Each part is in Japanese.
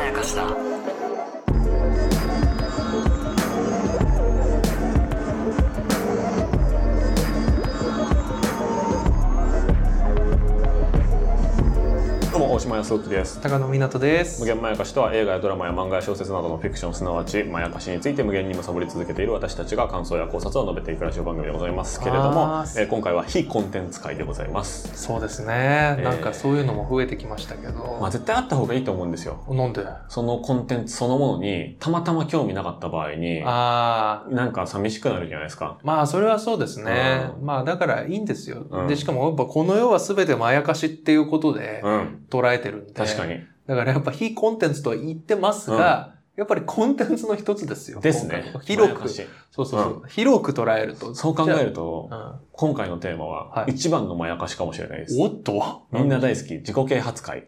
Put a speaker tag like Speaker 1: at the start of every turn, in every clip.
Speaker 1: やかしだ
Speaker 2: どうも大島康夫です
Speaker 3: 高野湊です
Speaker 2: 無。限まやかしとは映画やドラマや漫画や小説などのフィクションすなわちまやかしについて無限に貪り続けている私たちが感想や考察を述べていくラジオ番組でございますけれども
Speaker 3: あ、ー
Speaker 2: えー今回は非コンテンツ会でございます、
Speaker 3: そうですね、
Speaker 2: えー
Speaker 3: なんかそういうのも増えてきましたけど。
Speaker 2: まあ、絶対あった方がいいと思うんですよ
Speaker 3: 飲んで。
Speaker 2: そのコンテンツそのものにたまたま興味なかった場合に
Speaker 3: ああ。
Speaker 2: なんか寂しくなるじゃないですか
Speaker 3: まあそれはそうですね。
Speaker 2: う
Speaker 3: まあだからいいんですよ。
Speaker 2: うん
Speaker 3: で、しかもやっぱこの世は全てまやかしっていうことで
Speaker 2: うん
Speaker 3: 捉えてるんで。
Speaker 2: 確かに、
Speaker 3: だからやっぱ非コンテンツとは言ってますが、やっぱりコンテンツの一つですよ。
Speaker 2: ですね
Speaker 3: 今回 広
Speaker 2: まや
Speaker 3: く。
Speaker 2: か
Speaker 3: そう
Speaker 2: し
Speaker 3: そうそう、広く捉えると。
Speaker 2: そう考える
Speaker 3: う
Speaker 2: と
Speaker 3: ん。
Speaker 2: 今回のテーマは
Speaker 3: はい
Speaker 2: 一番のまやかしかもしれないです、
Speaker 3: おっと
Speaker 2: みんな大好き自己啓発 会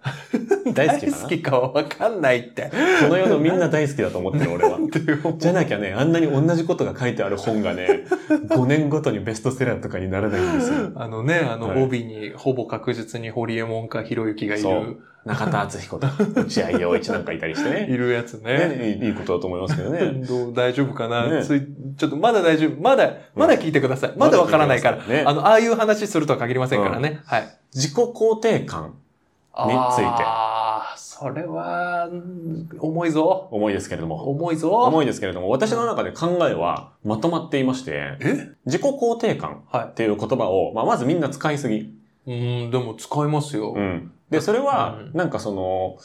Speaker 2: 大好きかな
Speaker 3: 大好きかはわかんないって。
Speaker 2: この世のみんな大好きだと思ってる俺は。
Speaker 3: って思う
Speaker 2: じゃなきゃね、あんなに同じことが書いてある本がね、5年ごとにベストセラーとかにならないんですよ。
Speaker 3: あのね、あ
Speaker 2: はい
Speaker 3: の帯にほぼ確実に堀江門かひろゆきがい
Speaker 2: そう
Speaker 3: る、
Speaker 2: 中田敦彦とか、内谷陽一なんかいたりして
Speaker 3: い
Speaker 2: ね。
Speaker 3: るやつね。
Speaker 2: ねいいいいことだと思いますけどね。
Speaker 3: どう大丈夫かな、
Speaker 2: ね
Speaker 3: ついちょっとまだ大丈夫。まだ、まだ聞いてくださ い。まだわからないから。
Speaker 2: ね
Speaker 3: あの、ああいう話するとは限りませんからね。はい。
Speaker 2: 自己肯定感、ついて
Speaker 3: ああ、それは、うん重いぞ。
Speaker 2: 重いですけれども。
Speaker 3: 重いぞ。
Speaker 2: 重いですけれども、私の中で考えはまとまっていまして、
Speaker 3: え
Speaker 2: 自己肯定感
Speaker 3: は
Speaker 2: っていう言葉を、まあ、まずみんな使いすぎ。
Speaker 3: い。うん、でも使いますよ。
Speaker 2: うん。で、それは
Speaker 3: う、ん
Speaker 2: なんかその、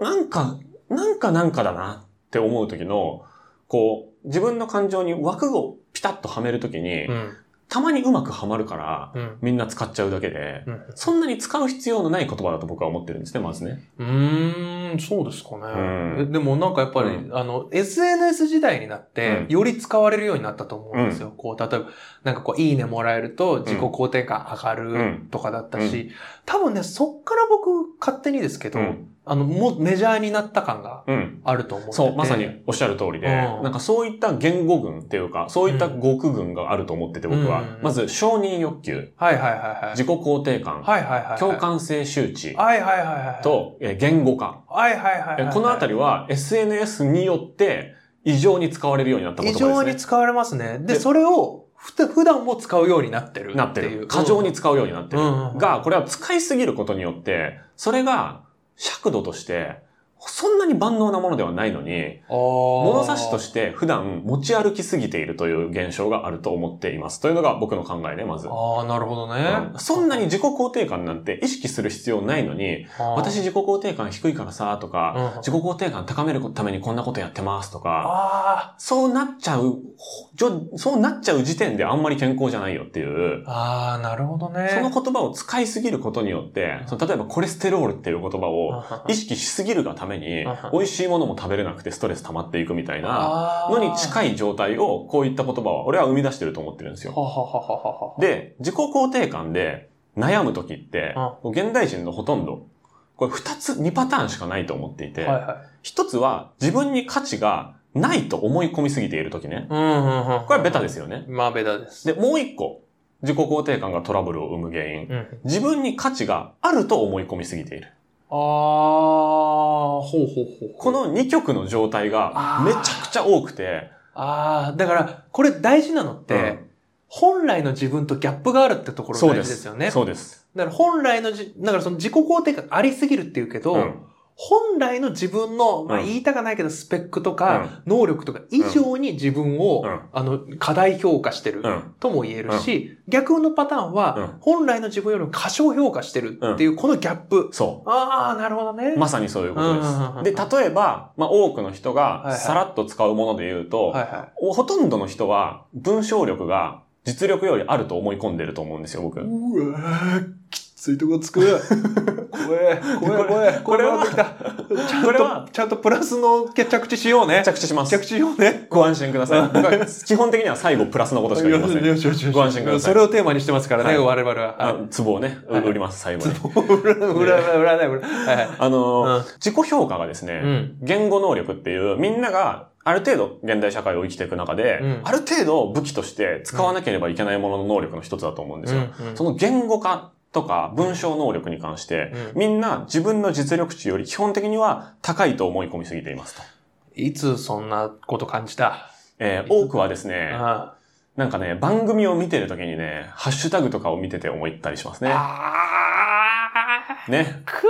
Speaker 2: なんか、なんかなんかだなって思う時の、こう、自分の感情に枠をピタッとはめる時に、
Speaker 3: うん。
Speaker 2: たまにうまくはまるから、
Speaker 3: うん。
Speaker 2: みんな使っちゃうだけで、
Speaker 3: うん
Speaker 2: そんなに使う必要のない言葉だと僕は思ってるんですね、まずね。
Speaker 3: うーん、そうですかね。
Speaker 2: う
Speaker 3: えでもなんかやっぱり、
Speaker 2: う
Speaker 3: あの、SNS 時代になって
Speaker 2: うん、
Speaker 3: より使われるようになったと思うんですよ。こう、例えば、なんかこう、いいねもらえると自己肯定感上が
Speaker 2: ん
Speaker 3: るとかだった
Speaker 2: う
Speaker 3: し、多分ね、そっから僕、勝手にですけど、
Speaker 2: うん。
Speaker 3: あの、もうメジャーになった感が
Speaker 2: うん。
Speaker 3: あると思ってて
Speaker 2: そう、まさにおっしゃる通りで、
Speaker 3: うん
Speaker 2: なんかそういった言語群っていうか、そういった語句群があると思ってて、僕は。
Speaker 3: うん
Speaker 2: まず、承認欲求、
Speaker 3: はいはいはいはい。
Speaker 2: 自己肯定感、
Speaker 3: はいはいはいはい。
Speaker 2: 共。感性周知
Speaker 3: はいはいはいはい。、
Speaker 2: と、えー言語化。
Speaker 3: はいはいはいはい、
Speaker 2: えこのあたりは SNS によって異常に使われるようになった言
Speaker 3: 異
Speaker 2: 葉ですね。
Speaker 3: 常に使われますね。
Speaker 2: で
Speaker 3: で、それを、ふた普段も使うようになってるっていう。
Speaker 2: なってる。過剰に使うようになってる。
Speaker 3: うんうんうん
Speaker 2: が、これは使いすぎることによって、それが尺度として、そんなに万能なものではないのに、
Speaker 3: 物
Speaker 2: 物差しとして普段持ち歩きすぎているという現象があると思っています。というのが僕の考えね、まず。
Speaker 3: ああ、なるほどね
Speaker 2: う。んそんなに自己肯定感なんて意識する必要ないのに、
Speaker 3: あー、
Speaker 2: 私自己肯定感低いからさ、とか、
Speaker 3: うん
Speaker 2: 自己肯定感高めるためにこんなことやってますとか、
Speaker 3: あ
Speaker 2: そうなっちゃう、ほじょそうなっちゃう時点であんまり健康じゃないよっていう
Speaker 3: ー、あー、なるほどね。
Speaker 2: その言葉を使いすぎることによって、その例えばコレステロールっていう言葉を意識しすぎるがために
Speaker 3: うん、
Speaker 2: 美味しいものも食べれなくてストレス溜まっていくみたいなのに近
Speaker 3: い。
Speaker 2: い状態を、こういった言葉は俺は生み出してると思ってるんですよ。
Speaker 3: はははははは。
Speaker 2: で、自己肯定感で悩む時って
Speaker 3: うん、
Speaker 2: 現代人のほとんど、これ二つ、二パターンしかないと思っていて
Speaker 3: はい、はい。
Speaker 2: 一つは自分に価値がないと思い込みすぎている時ね。
Speaker 3: うんうんうん。
Speaker 2: これはベタですよね。
Speaker 3: まあ、ベタです。
Speaker 2: で、もう一個。自己肯定感がトラブルを生む原因。
Speaker 3: うん。
Speaker 2: 自分に価値があると思い込みすぎている。
Speaker 3: あー、ほうほうほう。
Speaker 2: こ、の2極の状態が
Speaker 3: あー
Speaker 2: めちゃくちゃ多くて、
Speaker 3: あー、だから、これ大事なのっ
Speaker 2: う
Speaker 3: て、本来の自分とギャップがあるってところが
Speaker 2: そう
Speaker 3: 大
Speaker 2: で
Speaker 3: 事
Speaker 2: す。
Speaker 3: ですよね。
Speaker 2: そうです。
Speaker 3: だから本来のじ、だからその自己肯定感ありすぎるっていうけど、
Speaker 2: うん
Speaker 3: 本来の自分の、まあ、
Speaker 2: うん
Speaker 3: 言いたくないけど、スペックとか、能力とか以上に自分を、
Speaker 2: うん
Speaker 3: あの、過大評価してる
Speaker 2: うん。
Speaker 3: とも言えるし、逆のパターン
Speaker 2: うん
Speaker 3: は、本来の自分よりも過小評価してるっていう、このギャップ。
Speaker 2: そ
Speaker 3: ああ、なるほどね。
Speaker 2: う。まさにそういうこと
Speaker 3: うんうんうんうん
Speaker 2: です。で、例えば、まあ、多くの人
Speaker 3: はいは
Speaker 2: が
Speaker 3: い
Speaker 2: さらっと使うもので言うと、
Speaker 3: はいは
Speaker 2: おほとんどの人は文章力が実力よりあると思い込んでると思うんですよ、僕。
Speaker 3: い。 うわーきついとこつく。怖え、怖え、怖え、
Speaker 2: これは
Speaker 3: 怖くなってきた。ち
Speaker 2: これは
Speaker 3: ゃんと、ちゃんとプラスの着地しようね
Speaker 2: めち。ゃくちゃしま
Speaker 3: 着
Speaker 2: す。
Speaker 3: 地しようね。
Speaker 2: ご安心ください。僕は基本的には最後プラスのことしか言いませ ん。
Speaker 3: よしよしよし
Speaker 2: ご安心ください
Speaker 3: それをテーマにしてますからね、
Speaker 2: は
Speaker 3: 我々は。はい
Speaker 2: あツボをね、
Speaker 3: はい
Speaker 2: 売ります、最後に。
Speaker 3: 裏、裏、裏だよ、裏。はいはい。
Speaker 2: あのー
Speaker 3: うん
Speaker 2: 自己評価がですね、
Speaker 3: うん
Speaker 2: 言語能力っていう、みんながある程度現代社会を生きていく中で、
Speaker 3: うん
Speaker 2: ある程度武器として使わなければいけないものの能力の一つだと思うんですよ。
Speaker 3: うんうん
Speaker 2: その言語化とか文章能力に関して、みんな自分の実力値より基本的には高いと思い込みすぎていますと。
Speaker 3: いつそんなこと感じた、
Speaker 2: えー多くはですね、
Speaker 3: あ
Speaker 2: なんかね、番組を見てるときにね、ハッシュタグとかを見てて思いったりしますね。
Speaker 3: あ
Speaker 2: ね。
Speaker 3: く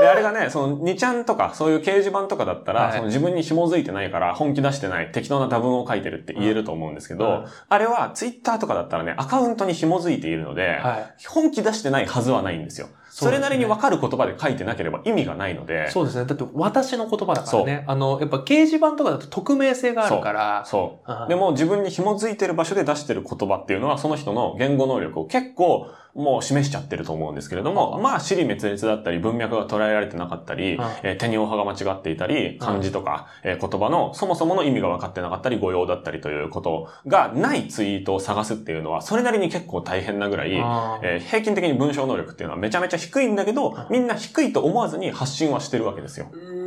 Speaker 2: で、あれがね、その2ちゃんとか、そういう掲示板とかだったら、
Speaker 3: はい
Speaker 2: その自分に紐づいてないから、本気出してない、適当な多文を書いてるって言えると思うんですけど、
Speaker 3: うん
Speaker 2: あれはツイッターとかだったらね、アカウントに紐づいているので、
Speaker 3: ーはい。
Speaker 2: 本気出してないはずはないんですよ。それなりに分
Speaker 3: わ
Speaker 2: かる言葉で書いてなければ意味がないので、
Speaker 3: そうですね。だって私の言葉だからね。あの、やっぱ掲示板とかだと匿名性があるから。
Speaker 2: そう。
Speaker 3: うん
Speaker 2: でも自分に紐づいてる場所で出してる言葉っていうのはその人の言語能力を結構もう示しちゃってると思うんですけれども、まあ尻滅裂だったり文脈が捉えられてなかったり、
Speaker 3: うん
Speaker 2: えー手におはが間違っていたり、漢字とか、えー言葉のそもそもの意味が分かってなかったり誤用だったりということがないツイートを探すっていうのはそれなりに結構大変なぐらい、
Speaker 3: うん
Speaker 2: えー平均的に文章能力っていうのはめちゃめちゃ低いんだけど、みんな低いと思わずに発信はしてるわけですよ。
Speaker 3: うー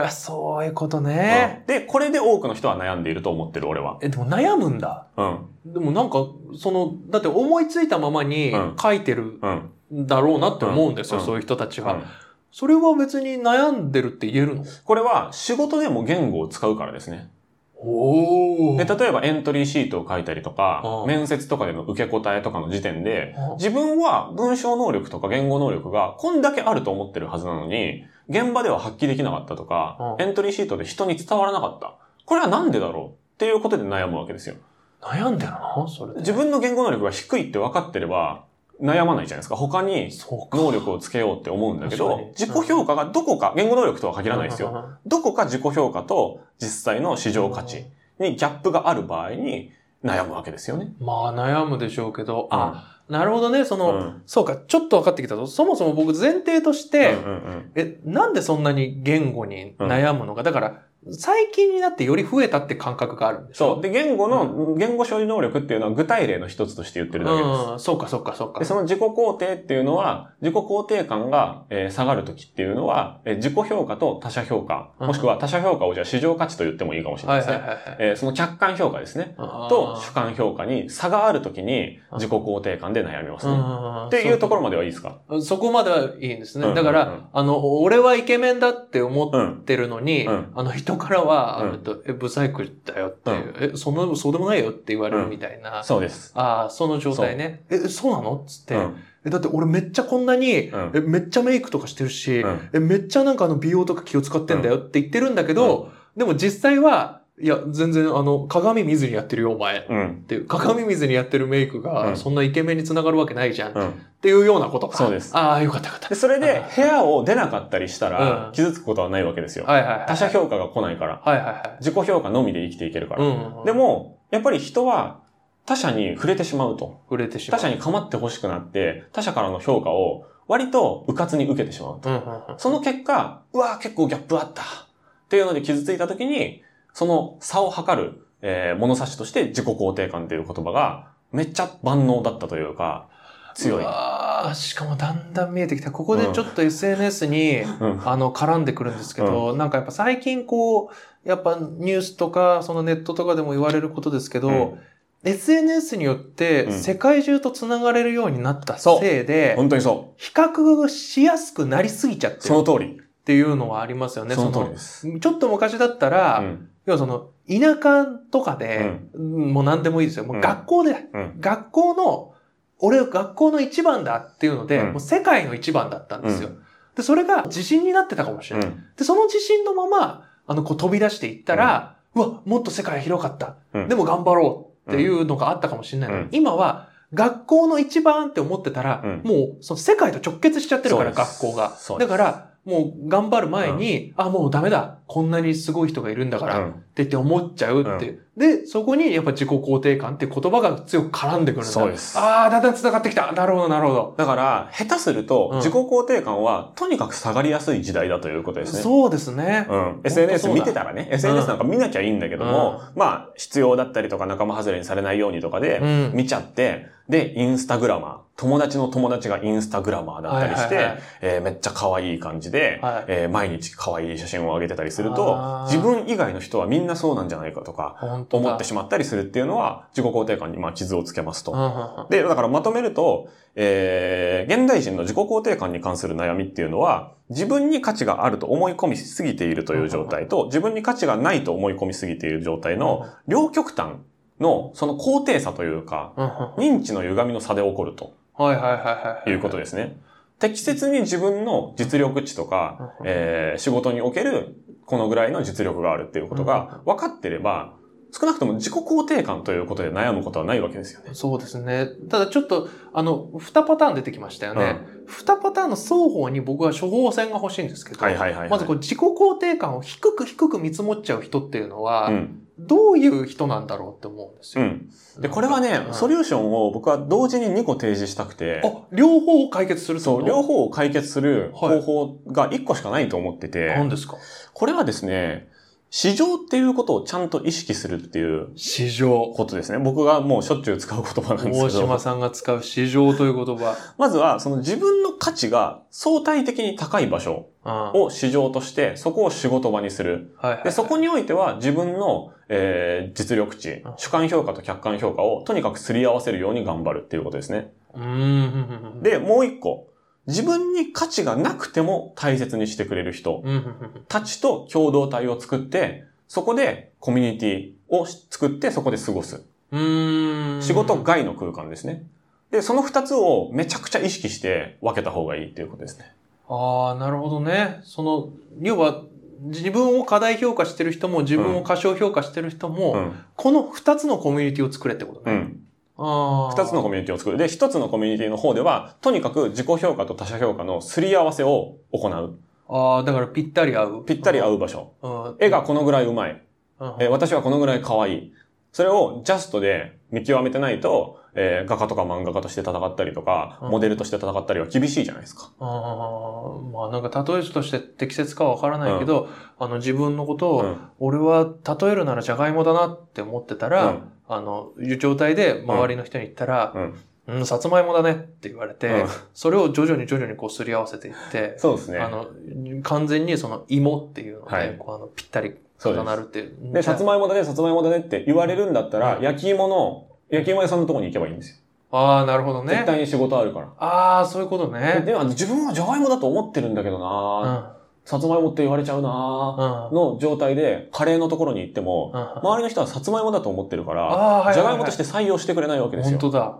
Speaker 3: わ、そういうことね。
Speaker 2: うんで、これで多くの人は悩んでいると思ってる俺は。
Speaker 3: え、でも悩むんだ。
Speaker 2: うん。
Speaker 3: でもなんか、その、だって思いついたままに
Speaker 2: うん
Speaker 3: 書いてる
Speaker 2: うん。
Speaker 3: んだろうなって思うんですよ、
Speaker 2: うん
Speaker 3: そういう人たち
Speaker 2: う
Speaker 3: は、
Speaker 2: ん
Speaker 3: それは別に悩んでるって言えるの
Speaker 2: これは仕事でも言語を使うからですね。
Speaker 3: お
Speaker 2: で、例えばエントリーシートを書いたりとか
Speaker 3: う、ん
Speaker 2: 面接とかでの受け答えとかの時点で、自分は文章能力とか言語能力がこんだけあると思ってるはずなのに、現場では発揮できなかったとか、
Speaker 3: う
Speaker 2: エントリーシートで人に伝わらなかった。これはなんでだろうっていうことで悩むわけですよ。
Speaker 3: 悩んでるな、それで。
Speaker 2: 自分の言語能力が低いって分かってれば、悩まないじゃないですか。他に
Speaker 3: そうか。
Speaker 2: 能力をつけようって思うんだけ
Speaker 3: 確かに
Speaker 2: ど、自己評価がどこか、言語能力とは限らないですよ。
Speaker 3: よ。
Speaker 2: どこか自己評価と実際の市場価値にギャップがある場合に悩むわけですよね。
Speaker 3: まあ悩むでしょうけど、あ、
Speaker 2: あ、
Speaker 3: なるほどね、そ
Speaker 2: うん。
Speaker 3: の、
Speaker 2: うん
Speaker 3: そうか、ちょっと分かってきたぞ。そもそも僕前提として、
Speaker 2: うん
Speaker 3: え、なんでそんなに言語に悩むのか。だから、最近になってより増えたって感覚があるんでしょ
Speaker 2: そう。で、言語の、言語処理能力っていうのは具体例の一つとして言ってるだけです。
Speaker 3: うん、そうかそうかそうか。
Speaker 2: で、その自己肯定っていうのは、自己肯定感が、えー下がるときっていうのは、えー自己評価と他者評価、
Speaker 3: うん
Speaker 2: もしくは他者評価をじゃあ市場価値と言ってもいいかもしれな
Speaker 3: はいい
Speaker 2: です
Speaker 3: はい
Speaker 2: ね。
Speaker 3: はいはい。
Speaker 2: えーその客観評価ですね。と主観評価に差があるときに自己肯定感で悩みますね。
Speaker 3: っ
Speaker 2: っていうところまではいいですか
Speaker 3: ろ。そこまではいいんです
Speaker 2: うんうんう
Speaker 3: ね。
Speaker 2: ん
Speaker 3: だから、あの、俺はイケメンだって
Speaker 2: う
Speaker 3: 思っ
Speaker 2: ん。
Speaker 3: てるのに、
Speaker 2: うん
Speaker 3: あの人からは、
Speaker 2: うん
Speaker 3: えっとえ、ブサイクだよっていう、え、そんな、そうでもないよって言われるみたいな。
Speaker 2: そうです。
Speaker 3: ああ、その状態ね。え、そうなのつって、
Speaker 2: うん
Speaker 3: え、だって俺めっちゃこんなに、
Speaker 2: うん
Speaker 3: え、めっちゃメイクとかしてるし、
Speaker 2: うん
Speaker 3: え、めっちゃなんかあの美容とか気を使ってんだよって言ってるんだけど、でも実際は、いや、全然あの、鏡見ずにやってるよ、お前。
Speaker 2: うん。
Speaker 3: っていう、鏡見ずにやってるメイク
Speaker 2: う
Speaker 3: が、
Speaker 2: ん
Speaker 3: そんなイケメンにつながるわけないじゃん。っ
Speaker 2: うん。
Speaker 3: ていうようなことか。
Speaker 2: そうです
Speaker 3: ああ、よかったよかった
Speaker 2: で、。それで部屋を出なかったりした
Speaker 3: う
Speaker 2: ら
Speaker 3: ん、
Speaker 2: 傷つくことはないわけですよ。
Speaker 3: はいはいはい。
Speaker 2: 他者評価が来ないから。
Speaker 3: はいはいは
Speaker 2: 自己評価のみで生きていけるか
Speaker 3: い。う
Speaker 2: ら。
Speaker 3: ん、
Speaker 2: で、も、やっぱり人は他者に触れてしまうと。
Speaker 3: 触れてしま
Speaker 2: 他
Speaker 3: う。
Speaker 2: 者に構ってほしくなって、他者からの評価を割と迂闊に受けてしまうと。
Speaker 3: うんうんうん。
Speaker 2: その結果、うわー結構ギャップあった。っていうので傷ついた時に、その差を測る、えー物差しとして自己肯定感という言葉が、めっちゃ万能だったというか、強い。
Speaker 3: ああ、しかもだんだん見えてきた。ここでちょっと SNS に、
Speaker 2: うん。
Speaker 3: あの、絡んでくるんですけど、なんかやっぱ最近こう、やっぱニュースとか、そのネットとかでも言われることですけど、
Speaker 2: う
Speaker 3: SNS によっ
Speaker 2: う
Speaker 3: て
Speaker 2: ん
Speaker 3: 世界中と繋がれるようになった
Speaker 2: そう
Speaker 3: せいで、
Speaker 2: 本当にそう。
Speaker 3: 比較しやすくなりすぎちゃって
Speaker 2: そ
Speaker 3: る
Speaker 2: の
Speaker 3: っ
Speaker 2: 通り。
Speaker 3: ていうのはありますよね。
Speaker 2: その通りです。
Speaker 3: そのちょっと昔だったら、
Speaker 2: うん
Speaker 3: 要はその、田舎とかで、もう何でもいいですよ。もう学校で、
Speaker 2: うん
Speaker 3: 学校の、俺は学校の一番だっていうので、
Speaker 2: うん
Speaker 3: もう世界の一番だったんですよ。
Speaker 2: う
Speaker 3: で、それが自信になってたかもしれ
Speaker 2: う
Speaker 3: ない。
Speaker 2: ん
Speaker 3: で、その自信のまま、あの、こう飛び出していったら、うわ、もっと世界広かった。
Speaker 2: うん
Speaker 3: でも頑張ろうっていうのがあったかもしれないのに、
Speaker 2: うん
Speaker 3: 今は、学校の一番って思ってたら、
Speaker 2: うん
Speaker 3: もう、その世界と直結しちゃってるか
Speaker 2: そ
Speaker 3: ら、
Speaker 2: うです
Speaker 3: 学校が
Speaker 2: そう。で
Speaker 3: だ
Speaker 2: す
Speaker 3: から、もう頑張る前に、あ、もうダメだ。こんなにすごい人がいるんだから、
Speaker 2: う
Speaker 3: って
Speaker 2: ん
Speaker 3: 言って思っちゃうっていう。で、そこにやっぱ自己肯定感って言葉が強く絡んでくるんだ。
Speaker 2: そうです
Speaker 3: ああ、だんだん繋がってきた。なるほど、なるほど。
Speaker 2: だから、下手すると
Speaker 3: うん、
Speaker 2: 自己肯定感は、とにかく下がりやすい時代だということですね。
Speaker 3: そうですね。
Speaker 2: うん、
Speaker 3: 当そうだ
Speaker 2: SNS 見てたらね、SNS なんか見なきゃいいんだけども、まあ、必要だったりとか仲間外れにされないようにとか
Speaker 3: う
Speaker 2: で、
Speaker 3: ん
Speaker 2: 見ちゃって、で、インスタグラマー、友達の友達がインスタグラマーだったりし
Speaker 3: はいはいは
Speaker 2: て
Speaker 3: い、
Speaker 2: えーめっちゃ可愛い感じで
Speaker 3: はい、
Speaker 2: えー毎日可愛い写真を上げてたりすると
Speaker 3: あ、ー
Speaker 2: 自分以外の人はみんなそうなんじゃないかとか、
Speaker 3: 本本当だ
Speaker 2: 思ってしまったりするっていうのは、自己肯定感にまあ傷をつけますと。
Speaker 3: ま
Speaker 2: で、だからまとめると、えー、現代人の自己肯定感に関する悩みっていうのは、自分に価値があると思い込みすぎているという状態と、自分に価値がないと思い込みすぎている状態の、両極端のその高低差というか、
Speaker 3: は
Speaker 2: 認知の歪みの差で起こると
Speaker 3: いはいはいはい。
Speaker 2: いうこと
Speaker 3: で。
Speaker 2: ですね。適切に自分の実力値とか、えー、仕事におけるこのぐらいの実力があるっていうことが分かってれば、少なくとも自己肯定感ということで悩むことはないわけですよね。
Speaker 3: そうですね。ただちょっと、あの、二パターン出てきましたよね。二パターンの双方に僕は処方箋が欲しいんですけど、
Speaker 2: はいはいはいはい
Speaker 3: まずこう自己肯定感を低く低く見積もっちゃう人っていうのは、
Speaker 2: うん。
Speaker 3: どういう人なんだろうって思うんです
Speaker 2: う
Speaker 3: よ。
Speaker 2: ん。で、これはね、ソリ
Speaker 3: を、
Speaker 2: ューションを僕は同時に2個提示したくて、
Speaker 3: あ、両方を解決するって
Speaker 2: そ
Speaker 3: こ
Speaker 2: う、
Speaker 3: と
Speaker 2: 両方を解決する
Speaker 3: はい
Speaker 2: 方法が1個しかないと思ってて、
Speaker 3: 何ですか
Speaker 2: これはですね、市場っていうことをちゃんと意識するっていう
Speaker 3: 市場。
Speaker 2: ことですね。僕がもうしょっちゅう使う言葉なんです
Speaker 3: 大
Speaker 2: けど、
Speaker 3: 島さんが使う市場という言葉。
Speaker 2: まずはその自分の価値が相対的に高い場所
Speaker 3: うん
Speaker 2: を市場として、そこを仕事場にする。
Speaker 3: はいはいはい
Speaker 2: で、そこにおいては自分の、えー実力値
Speaker 3: うん、
Speaker 2: 主観評価と客観評価をとにかくすり合わせるように頑張るっていうことですね。
Speaker 3: うーん、
Speaker 2: で、もう一個。自分に価値がなくても大切にしてくれる人
Speaker 3: うんうんうん
Speaker 2: たちと共同体を作って、そこでコミュニティを作ってそこで過ごす。
Speaker 3: うん、うーん。
Speaker 2: 仕事外の空間ですね。で、その二つをめちゃくちゃ意識して分けた方がいいっていうことですね。
Speaker 3: ああ、なるほどね。その、要は、自分を過大評価してる人も、自分を過小評価してる人も、
Speaker 2: うん。
Speaker 3: この二つのコミュニティを作れってこと
Speaker 2: う
Speaker 3: ね。
Speaker 2: ん。
Speaker 3: ああ。
Speaker 2: 二つのコミュニティを作る。で、一つのコミュニティの方では、とにかく自己評価と他者評価のすり合わせを行う。
Speaker 3: ああ、だからぴったり合う。
Speaker 2: ぴったり合
Speaker 3: う。
Speaker 2: う場所。
Speaker 3: うん、
Speaker 2: 絵がこのぐらいうまい。
Speaker 3: うん、
Speaker 2: えー私はこのぐらい可愛い。それをジャストで見極めてないと、えー画家とか漫画家として戦ったりとか、
Speaker 3: うん
Speaker 2: モデルとして戦ったりは厳しいじゃないですか。
Speaker 3: あーまあなんか例えとして適切かはわからないけど、あの自分のことを、
Speaker 2: うん
Speaker 3: 俺は例えるならじゃがいもだなって思ってたら、
Speaker 2: うん
Speaker 3: あの、いう状態で周りの人に言ったら、
Speaker 2: うん
Speaker 3: うん、さつまいもだねって言われて、
Speaker 2: うん
Speaker 3: それを徐々に徐々にこうすり合わせていって、
Speaker 2: そうです
Speaker 3: あ
Speaker 2: ね。
Speaker 3: の、完全にその芋っていうので、
Speaker 2: はい
Speaker 3: こうあのぴったり
Speaker 2: そう
Speaker 3: 重
Speaker 2: で
Speaker 3: な
Speaker 2: す。
Speaker 3: るっていう。
Speaker 2: で、さつまいもだね、さつまいもだねって言われるんだったら、
Speaker 3: うん
Speaker 2: 焼き芋の、焼き芋屋さんのところに行けばいいんですよ。
Speaker 3: ああ、なるほど
Speaker 2: 絶
Speaker 3: ね。
Speaker 2: 対に仕事あるから。
Speaker 3: ああ、そういうこと
Speaker 2: で
Speaker 3: ね。
Speaker 2: でも自分はじゃがいもだと思ってるんだけど
Speaker 3: うん。う
Speaker 2: な、
Speaker 3: ん。
Speaker 2: さつまいもって言われちゃうな、
Speaker 3: あ
Speaker 2: の状態で、カレーのところに行っても、
Speaker 3: あ
Speaker 2: 周りの人はさつまいもだと思ってるか
Speaker 3: ー、
Speaker 2: ら、
Speaker 3: はいはいはい。
Speaker 2: じゃがいもとして採用してくれないわけですよ
Speaker 3: 本。当だ。うん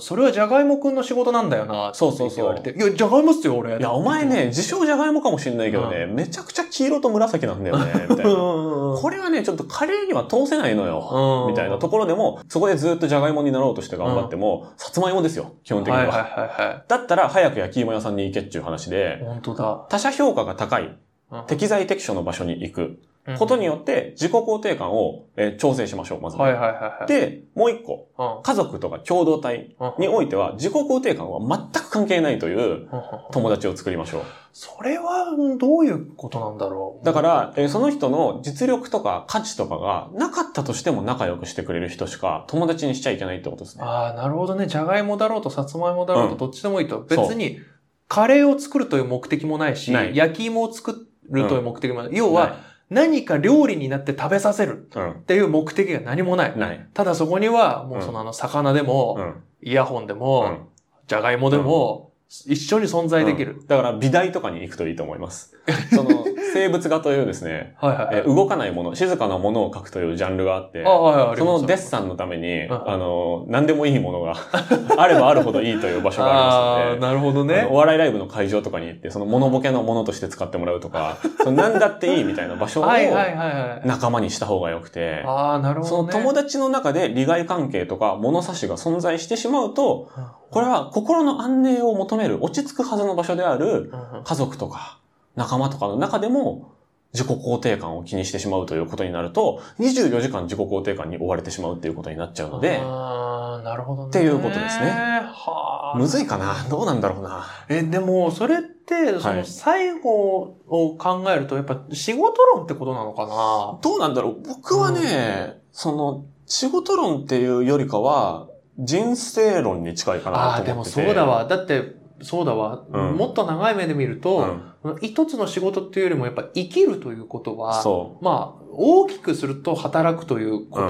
Speaker 3: それはじゃがいもくんの仕事なんだよな、
Speaker 2: そうそうそう
Speaker 3: って言われて。いや、じゃがいもっすよ、俺。
Speaker 2: いや、お前ね、自称じゃがいもかもしれないけどね、めちゃくちゃ黄色と紫なんだよね、 みたい
Speaker 3: うんう
Speaker 2: な。
Speaker 3: んうん、
Speaker 2: これはね、ちょっとカレーには通せないのよ。
Speaker 3: うん
Speaker 2: みたいなところでも、そこでずっとじゃがいもになろうとして頑張っても、さつまいもですよ、基本的に
Speaker 3: はいはい
Speaker 2: は。
Speaker 3: はいは
Speaker 2: だったら早く焼き芋屋さんに行けっていう話
Speaker 3: い。
Speaker 2: で、
Speaker 3: 本当だ。
Speaker 2: 他者評価が高い、
Speaker 3: うん
Speaker 2: 適材適所の場所に行くことによって自己肯定感をえー調整しましょう、まず。
Speaker 3: はいはいはいはい。
Speaker 2: で、もう一個、
Speaker 3: うん、
Speaker 2: 家族とか共同体
Speaker 3: うん
Speaker 2: においては自己肯定感は全く関係ないという
Speaker 3: うんうん
Speaker 2: 友達を作りましょう。
Speaker 3: それはどういうことなんだろう
Speaker 2: だから、えーその人の実力とか価値とかがなかったとしても仲良くしてくれる人しか友達にしちゃいけないってことですね。
Speaker 3: ああ、なるほどね。じゃがいもだろうと、さつまいもだろうと、
Speaker 2: うん
Speaker 3: どっちでもいいと。
Speaker 2: そう
Speaker 3: 別に、カレーを作るという目的もないし、
Speaker 2: ない
Speaker 3: 焼き芋を作るという目的もない。要は、
Speaker 2: な
Speaker 3: 何か料理になって食べさせる
Speaker 2: い、
Speaker 3: っていう目的が何もない。
Speaker 2: うん、ない。
Speaker 3: ただそこには、も
Speaker 2: う
Speaker 3: う
Speaker 2: ん
Speaker 3: そのあの、魚でも、
Speaker 2: うん。
Speaker 3: イヤホンで
Speaker 2: う
Speaker 3: も、
Speaker 2: ん
Speaker 3: じゃがいもでも、一緒に存在できる。
Speaker 2: うんだから、美大とかに行くといいと思い ます。その、生物画というですね、
Speaker 3: はいはいは
Speaker 2: え
Speaker 3: い
Speaker 2: ー。動かないもの、静かなものを描くというジャンルがあって
Speaker 3: あ、あ、はいはい。あり
Speaker 2: そ
Speaker 3: ます
Speaker 2: のデッサンのために、
Speaker 3: うん
Speaker 2: あの、何でもいいものが あればあるほどいいという場所がありますの
Speaker 3: あ
Speaker 2: で
Speaker 3: あ、、なるほど
Speaker 2: あの
Speaker 3: ね
Speaker 2: お。笑いライブの会場とかに行って、そのモノボケのものとして使ってもらうと か、その何だっていいみたいな場所を
Speaker 3: はいはいはいはい。
Speaker 2: 仲間にした方が良くて、
Speaker 3: ああ、なるほ
Speaker 2: そ
Speaker 3: ど、
Speaker 2: の
Speaker 3: ね。
Speaker 2: 友達の中で利害関係とか物差しが存在してしまうと、これは心の安寧を求める落ち着くはずの場所である
Speaker 3: うんうん
Speaker 2: 家族とか仲間とかの中でも自己肯定感を気にしてしまうということになると、24時間自己肯定感に追われてしまうっていうことになっちゃうので、
Speaker 3: あーなるほどね。
Speaker 2: っていうことですね
Speaker 3: はあ。
Speaker 2: むずいかなどうなんだろうな
Speaker 3: え、でも、それって、そ
Speaker 2: は
Speaker 3: の
Speaker 2: い
Speaker 3: 最後を考えると、やっぱ仕事論ってことなのかな
Speaker 2: どうなんだろう僕はね、その、仕事論っていうよりかは、人生論に近いか
Speaker 3: あ
Speaker 2: な
Speaker 3: あ、
Speaker 2: と
Speaker 3: で
Speaker 2: 思
Speaker 3: も
Speaker 2: ってて。
Speaker 3: そうだわ。だって、そうだわ、
Speaker 2: うん
Speaker 3: もっと長い目で見る
Speaker 2: う
Speaker 3: と、
Speaker 2: ん
Speaker 3: この一つの仕事っていうよりもやっぱ生きるということは、
Speaker 2: そ
Speaker 3: まあ、大きくすると働くというこ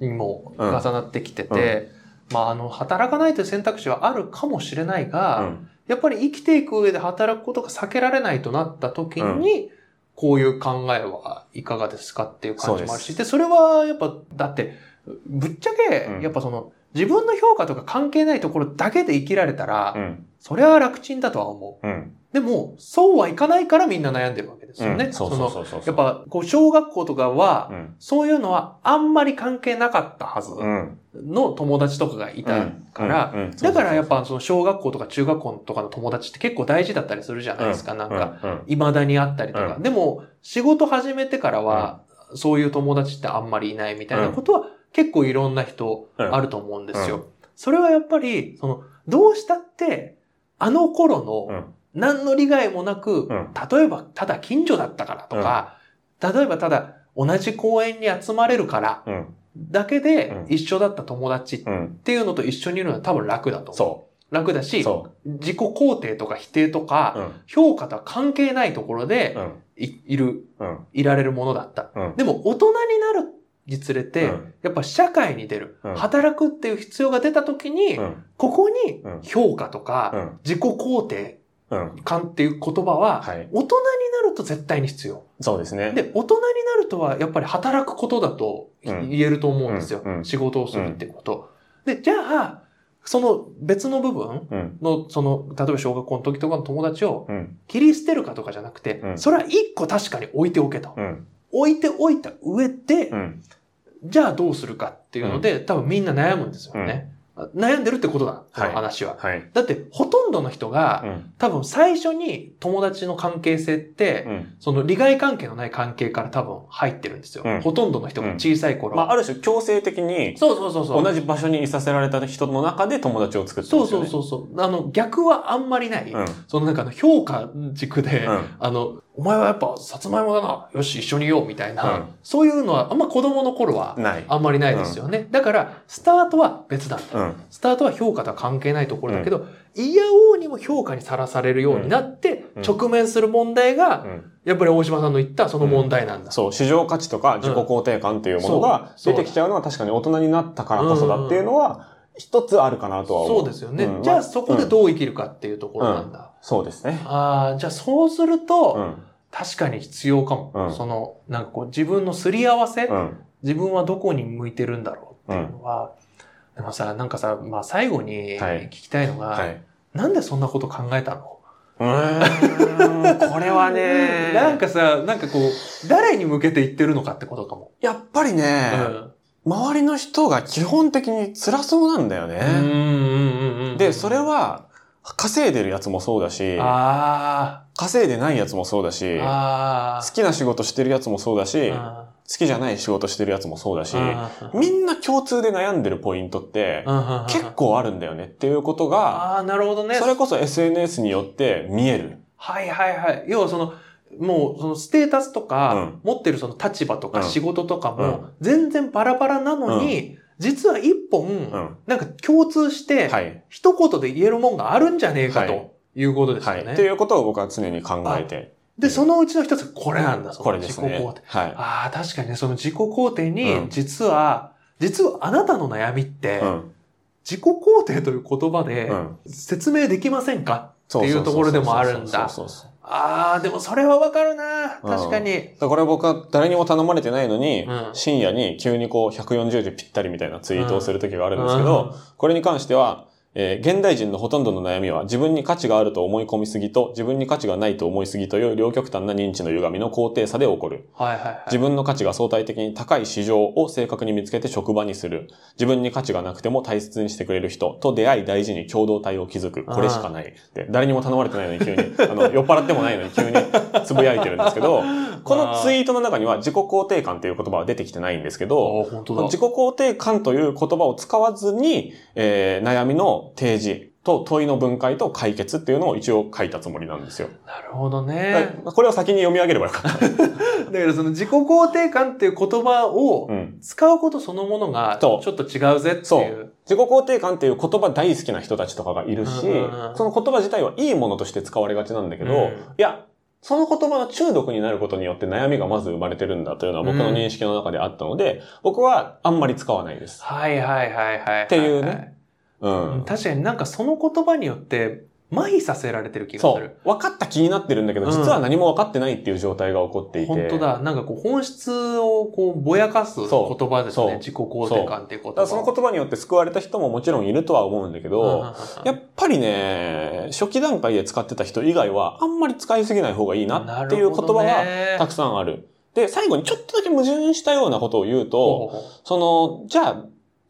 Speaker 3: とにも
Speaker 2: うん。
Speaker 3: 重なってきてて、まあ、あの、働かないという選択肢はあるかもしれないうが、
Speaker 2: うん
Speaker 3: やっぱり生きていく上で働くことが避けられないとなった時に、こういう考えはいかがですかっていう感じもあるし、
Speaker 2: そう
Speaker 3: でそれはやっぱ、だって、ぶっちゃ
Speaker 2: うん
Speaker 3: け、やっぱその、自分の評価とか関係ないところだけで生きられたら、
Speaker 2: うん。
Speaker 3: それは楽ちんだとは思
Speaker 2: うん。
Speaker 3: う。でも、そうはいかないからみんな悩んでるわけですよね。
Speaker 2: うんそうそうそうそう。
Speaker 3: やっ、ぱ、こう、小学校とかは、
Speaker 2: うん。
Speaker 3: そういうのはあんまり関係なかったはず
Speaker 2: うん。
Speaker 3: の友達とかがいたから、
Speaker 2: うん、うん
Speaker 3: だからやっ、ぱその小学校とか中学校とかの友達って結構大事だったりするじゃないですか、なん
Speaker 2: うん
Speaker 3: か。
Speaker 2: うん
Speaker 3: 未だにあったりとか。
Speaker 2: う
Speaker 3: でも、仕事始めてからは、そういう友達ってあんまりいないみたいなことは、結構いろんな人
Speaker 2: うん
Speaker 3: あると思うんですよ。
Speaker 2: う
Speaker 3: それはやっぱり、その、どうしたって、あの頃
Speaker 2: う
Speaker 3: の
Speaker 2: ん、
Speaker 3: 何の利害もなく、
Speaker 2: ん
Speaker 3: 例えばただ近所だったからとか、例えばただ同じ公園に集まれるから、
Speaker 2: うん。
Speaker 3: だけで
Speaker 2: うん
Speaker 3: 一緒だった友達っ
Speaker 2: うん。
Speaker 3: ていうのと一緒にいるのは多分楽だと思う。
Speaker 2: そ
Speaker 3: 楽だ
Speaker 2: う。
Speaker 3: し、
Speaker 2: そ
Speaker 3: 自己肯定とか否定とか、
Speaker 2: う。うん。
Speaker 3: 評価とは関係ないところで
Speaker 2: うん。
Speaker 3: い,、る、
Speaker 2: うん。
Speaker 3: いられるものだった。
Speaker 2: うん。
Speaker 3: でも大人になるにつれて、
Speaker 2: うん
Speaker 3: やっぱ社会に出る、
Speaker 2: うん
Speaker 3: 働くっていう必要が出た時に、
Speaker 2: うん。
Speaker 3: ここに
Speaker 2: うん
Speaker 3: 評価とか、
Speaker 2: うん。
Speaker 3: 自己肯定
Speaker 2: うん。
Speaker 3: 感っていう言葉は、
Speaker 2: はい。
Speaker 3: 大人になると絶対に必要。
Speaker 2: そうですね。
Speaker 3: で、大人になるとは、やっぱり働くことだと
Speaker 2: うん
Speaker 3: 言えると思うんですよ。
Speaker 2: うんうん
Speaker 3: 仕事をするってこと。で、じゃあ、その別の部分
Speaker 2: うん。
Speaker 3: の、その、例えば小学校の時とかの友達を
Speaker 2: うん。
Speaker 3: 切り捨てるかとかじゃなくて、
Speaker 2: うん
Speaker 3: それは一個確かに置いておけと。
Speaker 2: うん。
Speaker 3: 置いておいた上で、
Speaker 2: うん。
Speaker 3: じゃあどうするかっていうので、多分みんな悩むんですよね。悩んでるってことだ、この話は。
Speaker 2: はい。
Speaker 3: だって、ほとんどの人が
Speaker 2: う、ん。
Speaker 3: 多分最初に友達の関係性って、
Speaker 2: うん。
Speaker 3: その利害関係のない関係から多分入ってるんですよ。
Speaker 2: うん
Speaker 3: ほとんどの人が小さい頃。
Speaker 2: まあ、ある種強制的に、
Speaker 3: そうそうそうそう。
Speaker 2: 同じ場所にいさせられた人の中で友達を作って
Speaker 3: そう
Speaker 2: ます
Speaker 3: そ
Speaker 2: よ
Speaker 3: う
Speaker 2: ね。
Speaker 3: そうそう。あの、逆はあんまりない。
Speaker 2: うん。
Speaker 3: そのなんかあの評価軸で、
Speaker 2: うん。
Speaker 3: あの、お前はやっぱさつまいもだな。よし、一緒にいよう。みたいな、
Speaker 2: うん
Speaker 3: そういうのはあんま子供の頃は
Speaker 2: ない。
Speaker 3: あんまりないですよね。だから、スタートは別なんだ。
Speaker 2: うん。
Speaker 3: スタートは評価とは関係ないところだけど、いやおうにも評価にさらされるようになって、
Speaker 2: うん
Speaker 3: 直面する問題
Speaker 2: う
Speaker 3: が、
Speaker 2: ん。
Speaker 3: やっぱり大島さんの言ったその問題なんだ。
Speaker 2: そう、市場価値とか自己肯定感っていうものが
Speaker 3: そう
Speaker 2: 出てきちゃうのは確かに大人になったからこそだっていうのは、一つあるかなとは思う。
Speaker 3: そうですよね。
Speaker 2: うん
Speaker 3: じゃあそこでどう生きるかっていうところなんだ。
Speaker 2: そうですね。
Speaker 3: ああ、じゃあそうする
Speaker 2: う
Speaker 3: と、
Speaker 2: ん。
Speaker 3: 確かに必要かも。
Speaker 2: うん
Speaker 3: その、なんかこう自分のすり合わせ、
Speaker 2: うん。
Speaker 3: 自分はどこに向いてるんだろうっていうのは、でもさ、なんかさ、まあ最後に
Speaker 2: はい
Speaker 3: 聞きたいのが、
Speaker 2: はい。
Speaker 3: なんでそんなこと考えたの
Speaker 2: うーん、 これはね、
Speaker 3: なんかさ、なんかこう、誰に向けて言ってるのかってことかも。
Speaker 2: やっぱりね、周りの人が基本的に辛そうなんだよ
Speaker 3: うん。うん
Speaker 2: ね。
Speaker 3: うんうんうん。
Speaker 2: で、それ、は、稼いでるやつもそうだし、
Speaker 3: あ
Speaker 2: 稼いでないやつもそうだし
Speaker 3: あ、、ああ
Speaker 2: 好、きな仕事してるやつもそうだし、好
Speaker 3: あ
Speaker 2: きじゃない仕事してるやつもそうだし、
Speaker 3: あ
Speaker 2: みんな共通で悩んでるポイントって、
Speaker 3: ああ
Speaker 2: 結構あるんだよねっていうことが、
Speaker 3: ああ、なるほどね。
Speaker 2: それこそ SNS によって見える。
Speaker 3: はいはいはい。要はその、もうそのステータスとか、持ってるその立場と
Speaker 2: う
Speaker 3: か
Speaker 2: ん
Speaker 3: 仕事とかも、全然バラバラなのに、実は一
Speaker 2: う
Speaker 3: 本、
Speaker 2: ん。
Speaker 3: なんか共通して、
Speaker 2: はい。
Speaker 3: 一言で言えるもんがあるんじゃねえか
Speaker 2: はい
Speaker 3: ということですよ
Speaker 2: はい。
Speaker 3: ね。
Speaker 2: っていうことを僕は常に考えて、
Speaker 3: で、そのうちの一つ、これなんだ、そ
Speaker 2: こ
Speaker 3: の
Speaker 2: れで
Speaker 3: 自己
Speaker 2: す
Speaker 3: 肯
Speaker 2: ね。
Speaker 3: 定。
Speaker 2: は
Speaker 3: ああ、確かにね、その自己肯定
Speaker 2: う
Speaker 3: に、
Speaker 2: ん
Speaker 3: 実は、実はあなたの悩みって
Speaker 2: い。、うん。
Speaker 3: 自己肯定という言葉で
Speaker 2: うん。
Speaker 3: 説明できませんか
Speaker 2: そそそそ
Speaker 3: っていうところでもあるんだ
Speaker 2: そうそうそう
Speaker 3: ああ、でもそれはわかるな
Speaker 2: うん
Speaker 3: 確かに。
Speaker 2: だから僕は誰にも頼まれてないのに、
Speaker 3: うん
Speaker 2: 深夜に急にこう140字ぴったりみたいなツイートをする時があるんですけど、これに関しては、えー現代人のほとんどの悩みは自分に価値があると思い込みすぎと自分に価値がないと思いすぎという両極端な認知の歪みの高低差で起こる。
Speaker 3: はいはいはい。
Speaker 2: 自分の価値が相対的に高い市場を正確に見つけて職場にする。自分に価値がなくても大切にしてくれる人と出会い大事に共同体を築く。これしかない。で誰にも頼まれてないのに急に、あの、酔っ払ってもないのに急につぶやいてるんですけど、このツイートの中には自己肯定感という言葉は出てきてないんですけど、
Speaker 3: ああ、本当だ。
Speaker 2: 自己肯定感という言葉を使わずに、えー悩みの提示と問いの分解と解決っていうのを一応書いたつもりなんですよ。
Speaker 3: なるほど
Speaker 2: だ
Speaker 3: ね
Speaker 2: か。らこれを先に読み上げればよかった。
Speaker 3: だからその自己肯定感っていう言葉を
Speaker 2: うん。
Speaker 3: 使うことそのものがちょ
Speaker 2: そ
Speaker 3: っ
Speaker 2: う
Speaker 3: と違うぜって
Speaker 2: そ
Speaker 3: いう。
Speaker 2: 自己肯定感っていう言葉大好きな人たちとかがいるし
Speaker 3: うんうんうん、
Speaker 2: その言葉自体はいいものとして使われがちなんだけど、
Speaker 3: うん
Speaker 2: いや、その言葉の中毒になることによって悩みがまず生まれてるんだというのは僕の認識の中であったので、僕はあんまり使わないです。
Speaker 3: はいはいはいはいはい。
Speaker 2: っていうね。うん。
Speaker 3: 確かになんかその言葉によって麻痺させられてる気が
Speaker 2: そ
Speaker 3: する。
Speaker 2: う。分かった気になってるんだけど、
Speaker 3: うん
Speaker 2: 実は何も分かってないっていう状態が起こっていて。
Speaker 3: 本当だ。なんかこう本質をこうぼやかす言
Speaker 2: そう
Speaker 3: 葉です
Speaker 2: そう
Speaker 3: ね。自己肯定感っていう言
Speaker 2: だか
Speaker 3: 葉。
Speaker 2: らその言葉によって救われた人ももちろんいるとは思うんだけ
Speaker 3: うんうんうん
Speaker 2: ど、やっぱりね、初期段階で使ってた人以外は、あんまり使いすぎない方がいいなっていう言葉が
Speaker 3: なるほどね
Speaker 2: たくさんある。で、最後にちょっとだけ矛盾したようなことを言うと、
Speaker 3: ほうほうほう
Speaker 2: その、じゃあ、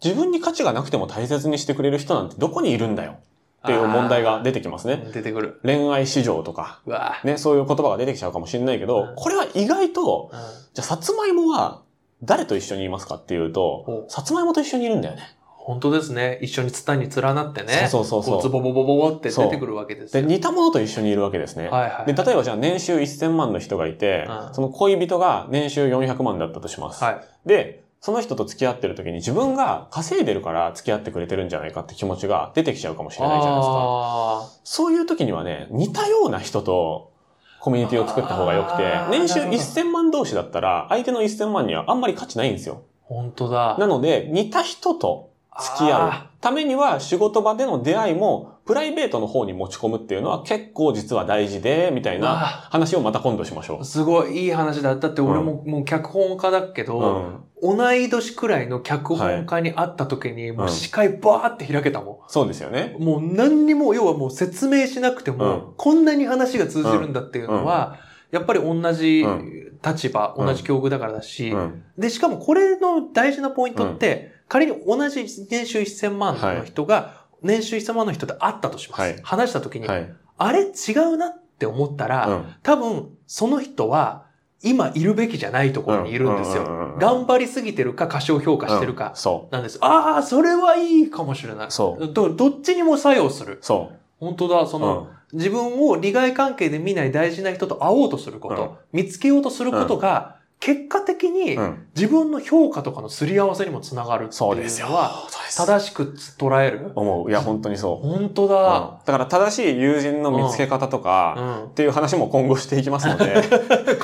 Speaker 2: 自分に価値がなくても大切にしてくれる人なんてどこにいるんだよっていう問題が出てきます
Speaker 3: あ
Speaker 2: ね。
Speaker 3: ー出てくる。
Speaker 2: 恋愛市場とか、
Speaker 3: うわ
Speaker 2: ね、そういう言葉が出てきちゃうかもしれないけど、
Speaker 3: うん
Speaker 2: これは意外と、
Speaker 3: うん
Speaker 2: じゃあ、さつまいもは誰と一緒にいますかっていうと
Speaker 3: お、
Speaker 2: さつまいもと一緒にいるんだよね。
Speaker 3: 本当ですね。一緒にツタに連なってね。
Speaker 2: そうそうそうそう
Speaker 3: こうズボボボボボって出てくるわけです
Speaker 2: で、
Speaker 3: よ。
Speaker 2: 似たものと一緒にいるわけですね。
Speaker 3: はいはい。
Speaker 2: で、例えばじゃあ年収1000万の人がいて、
Speaker 3: うん
Speaker 2: その恋人が年収400万だったとします。
Speaker 3: はい。
Speaker 2: で、その人と付き合ってる時に自分が稼いでるから付き合ってくれてるんじゃないかって気持ちが出てきちゃうかもしれないじゃないですか。
Speaker 3: あ
Speaker 2: そういう時にはね、似たような人とコミュニティを作った方が良くて
Speaker 3: あー、
Speaker 2: 年収
Speaker 3: なるほど
Speaker 2: 1000万同士だったら相手の1000万にはあんまり価値ないんですよ。
Speaker 3: ー本当だ。
Speaker 2: なので、似た人と付き合
Speaker 3: あ
Speaker 2: うためには仕事場での出会いもプライベートの方に持ち込むっていうのは結構実は大事で、みたい
Speaker 3: わ
Speaker 2: な
Speaker 3: あ
Speaker 2: 話をまた今度しましょ
Speaker 3: ー。すごいいい話だ。だって俺も、もう脚本家だけ
Speaker 2: う。
Speaker 3: ど、
Speaker 2: ん
Speaker 3: 同い年くらいの脚本家に会った時に、もう視界バーって開けたもん。
Speaker 2: そうですよね。
Speaker 3: もう何にも、要はもう説明しなくても、
Speaker 2: う
Speaker 3: こんなに話が通じるんだっていうのは、やっぱり同じ
Speaker 2: うん
Speaker 3: 立場、
Speaker 2: うん
Speaker 3: 同じ境遇だからだし、
Speaker 2: うん
Speaker 3: で、しかもこれの大事なポイントって、仮に同じ年収1000万の人が、年収1000万の人と会ったとします。
Speaker 2: はい
Speaker 3: 話した時に、
Speaker 2: はい。うん
Speaker 3: あれ違うなって思ったら、多分その人は今いるべきじゃないところにいるんです
Speaker 2: う
Speaker 3: よ。
Speaker 2: ううんうん
Speaker 3: 頑張りすぎてるか過小評価してる
Speaker 2: うん
Speaker 3: か
Speaker 2: そ
Speaker 3: なんです。ああ、それはいいかもしれない。
Speaker 2: そ
Speaker 3: どどっちにも作用する。
Speaker 2: う。そう。
Speaker 3: 本当だ、その、自分を利害関係で見ない大事な人と会おうとすること、見つけようとすることが、結果的に
Speaker 2: うんうん
Speaker 3: 自分の評価とかのすり合わせにもつながるって
Speaker 2: そう
Speaker 3: い
Speaker 2: です
Speaker 3: う
Speaker 2: よ
Speaker 3: のは、。
Speaker 2: そうです
Speaker 3: 正しく捉える。
Speaker 2: 思う。いや、本当にそう。
Speaker 3: 本当
Speaker 2: うん
Speaker 3: だ。
Speaker 2: だから正しい友人の見つけ方と
Speaker 3: う
Speaker 2: か、
Speaker 3: ん。
Speaker 2: っていう話も今後していきますの で、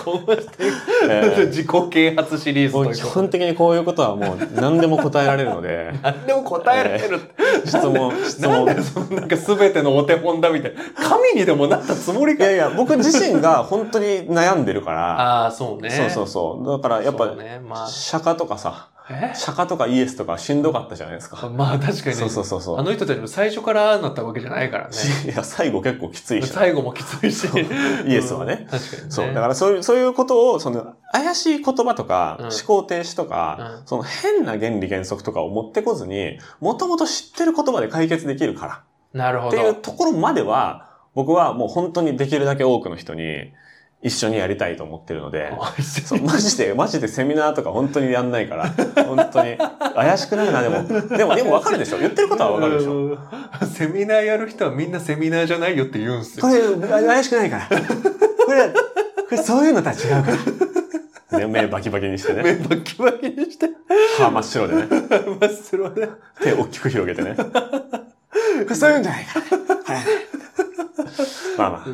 Speaker 3: こうして
Speaker 2: えー
Speaker 3: 自己啓発シリーズ
Speaker 2: も
Speaker 3: というう
Speaker 2: 基
Speaker 3: ことで
Speaker 2: 本的にこういうことはもう何でも答えられるので、
Speaker 3: 何でも答えられるって。
Speaker 2: 質問、質
Speaker 3: なん
Speaker 2: 問。
Speaker 3: だよ、 そのなんか全てのお手本だみたいな。神にでもなったつもり
Speaker 2: い
Speaker 3: か。
Speaker 2: やいや、僕自身が本当に悩んでるから、
Speaker 3: ああ、そうね。
Speaker 2: そうそう
Speaker 3: そ
Speaker 2: そう。だからやっぱ、
Speaker 3: ね、まあ、
Speaker 2: 釈迦とかさ、
Speaker 3: え
Speaker 2: 釈迦とかイエスとかしんどかったじゃないですか。
Speaker 3: まあ確かにね。
Speaker 2: そうそうそうそう
Speaker 3: あ。の人たちも最初からああなったわけじゃないからね。
Speaker 2: いや、最後結構きついしな。
Speaker 3: 最後もきついし。
Speaker 2: そうイエスはね
Speaker 3: うん確かにね。
Speaker 2: そう。だからそういう、そういうことを、その、怪しい言葉とか、
Speaker 3: うん
Speaker 2: 思考停止とか、
Speaker 3: うん
Speaker 2: その変な原理原則とかを持ってこずに、もともと知ってる言葉で解決できるから。
Speaker 3: なるほ
Speaker 2: っ
Speaker 3: ど。
Speaker 2: ていうところまでは、僕はもう本当にできるだけ多くの人に一緒にやりたいと思ってるので、そう、マジで、マジでセミナーとか本当にやんないから、本当に。怪しくなるな、でも。でも、でもわかるでしょ言ってることはわかるでしょ
Speaker 3: ょ。セミナーやる人はみんなセミナーじゃないよって言うんす
Speaker 2: こ
Speaker 3: よ。
Speaker 2: れ、あ怪しくないから。これ、これそういうのとは違うから。ね、目バキバキにして
Speaker 3: 目
Speaker 2: ね。
Speaker 3: バキバキにして、
Speaker 2: 歯真っ白でね。
Speaker 3: 真っ白で。
Speaker 2: 手大きく広げ てね。そういうんじゃないから。まあま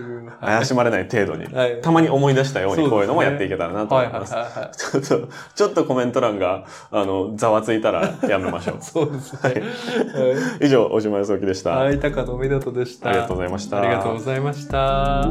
Speaker 2: あ、怪しまれない程度に。
Speaker 3: はい
Speaker 2: たまに思い出したよう
Speaker 3: そうです
Speaker 2: に
Speaker 3: ね
Speaker 2: こういうのもやっていけたらなと
Speaker 3: は
Speaker 2: 思
Speaker 3: い
Speaker 2: い
Speaker 3: はいは
Speaker 2: ま
Speaker 3: い
Speaker 2: す。
Speaker 3: はい。。
Speaker 2: ちょっと、ちょっとコメント欄が、あの、ざわついたらやめましょう
Speaker 3: そうですね。は
Speaker 2: 以上、お島康之でした。
Speaker 3: いはい、高野湊斗でした。
Speaker 2: ありがとうございました
Speaker 3: ありがとうございました。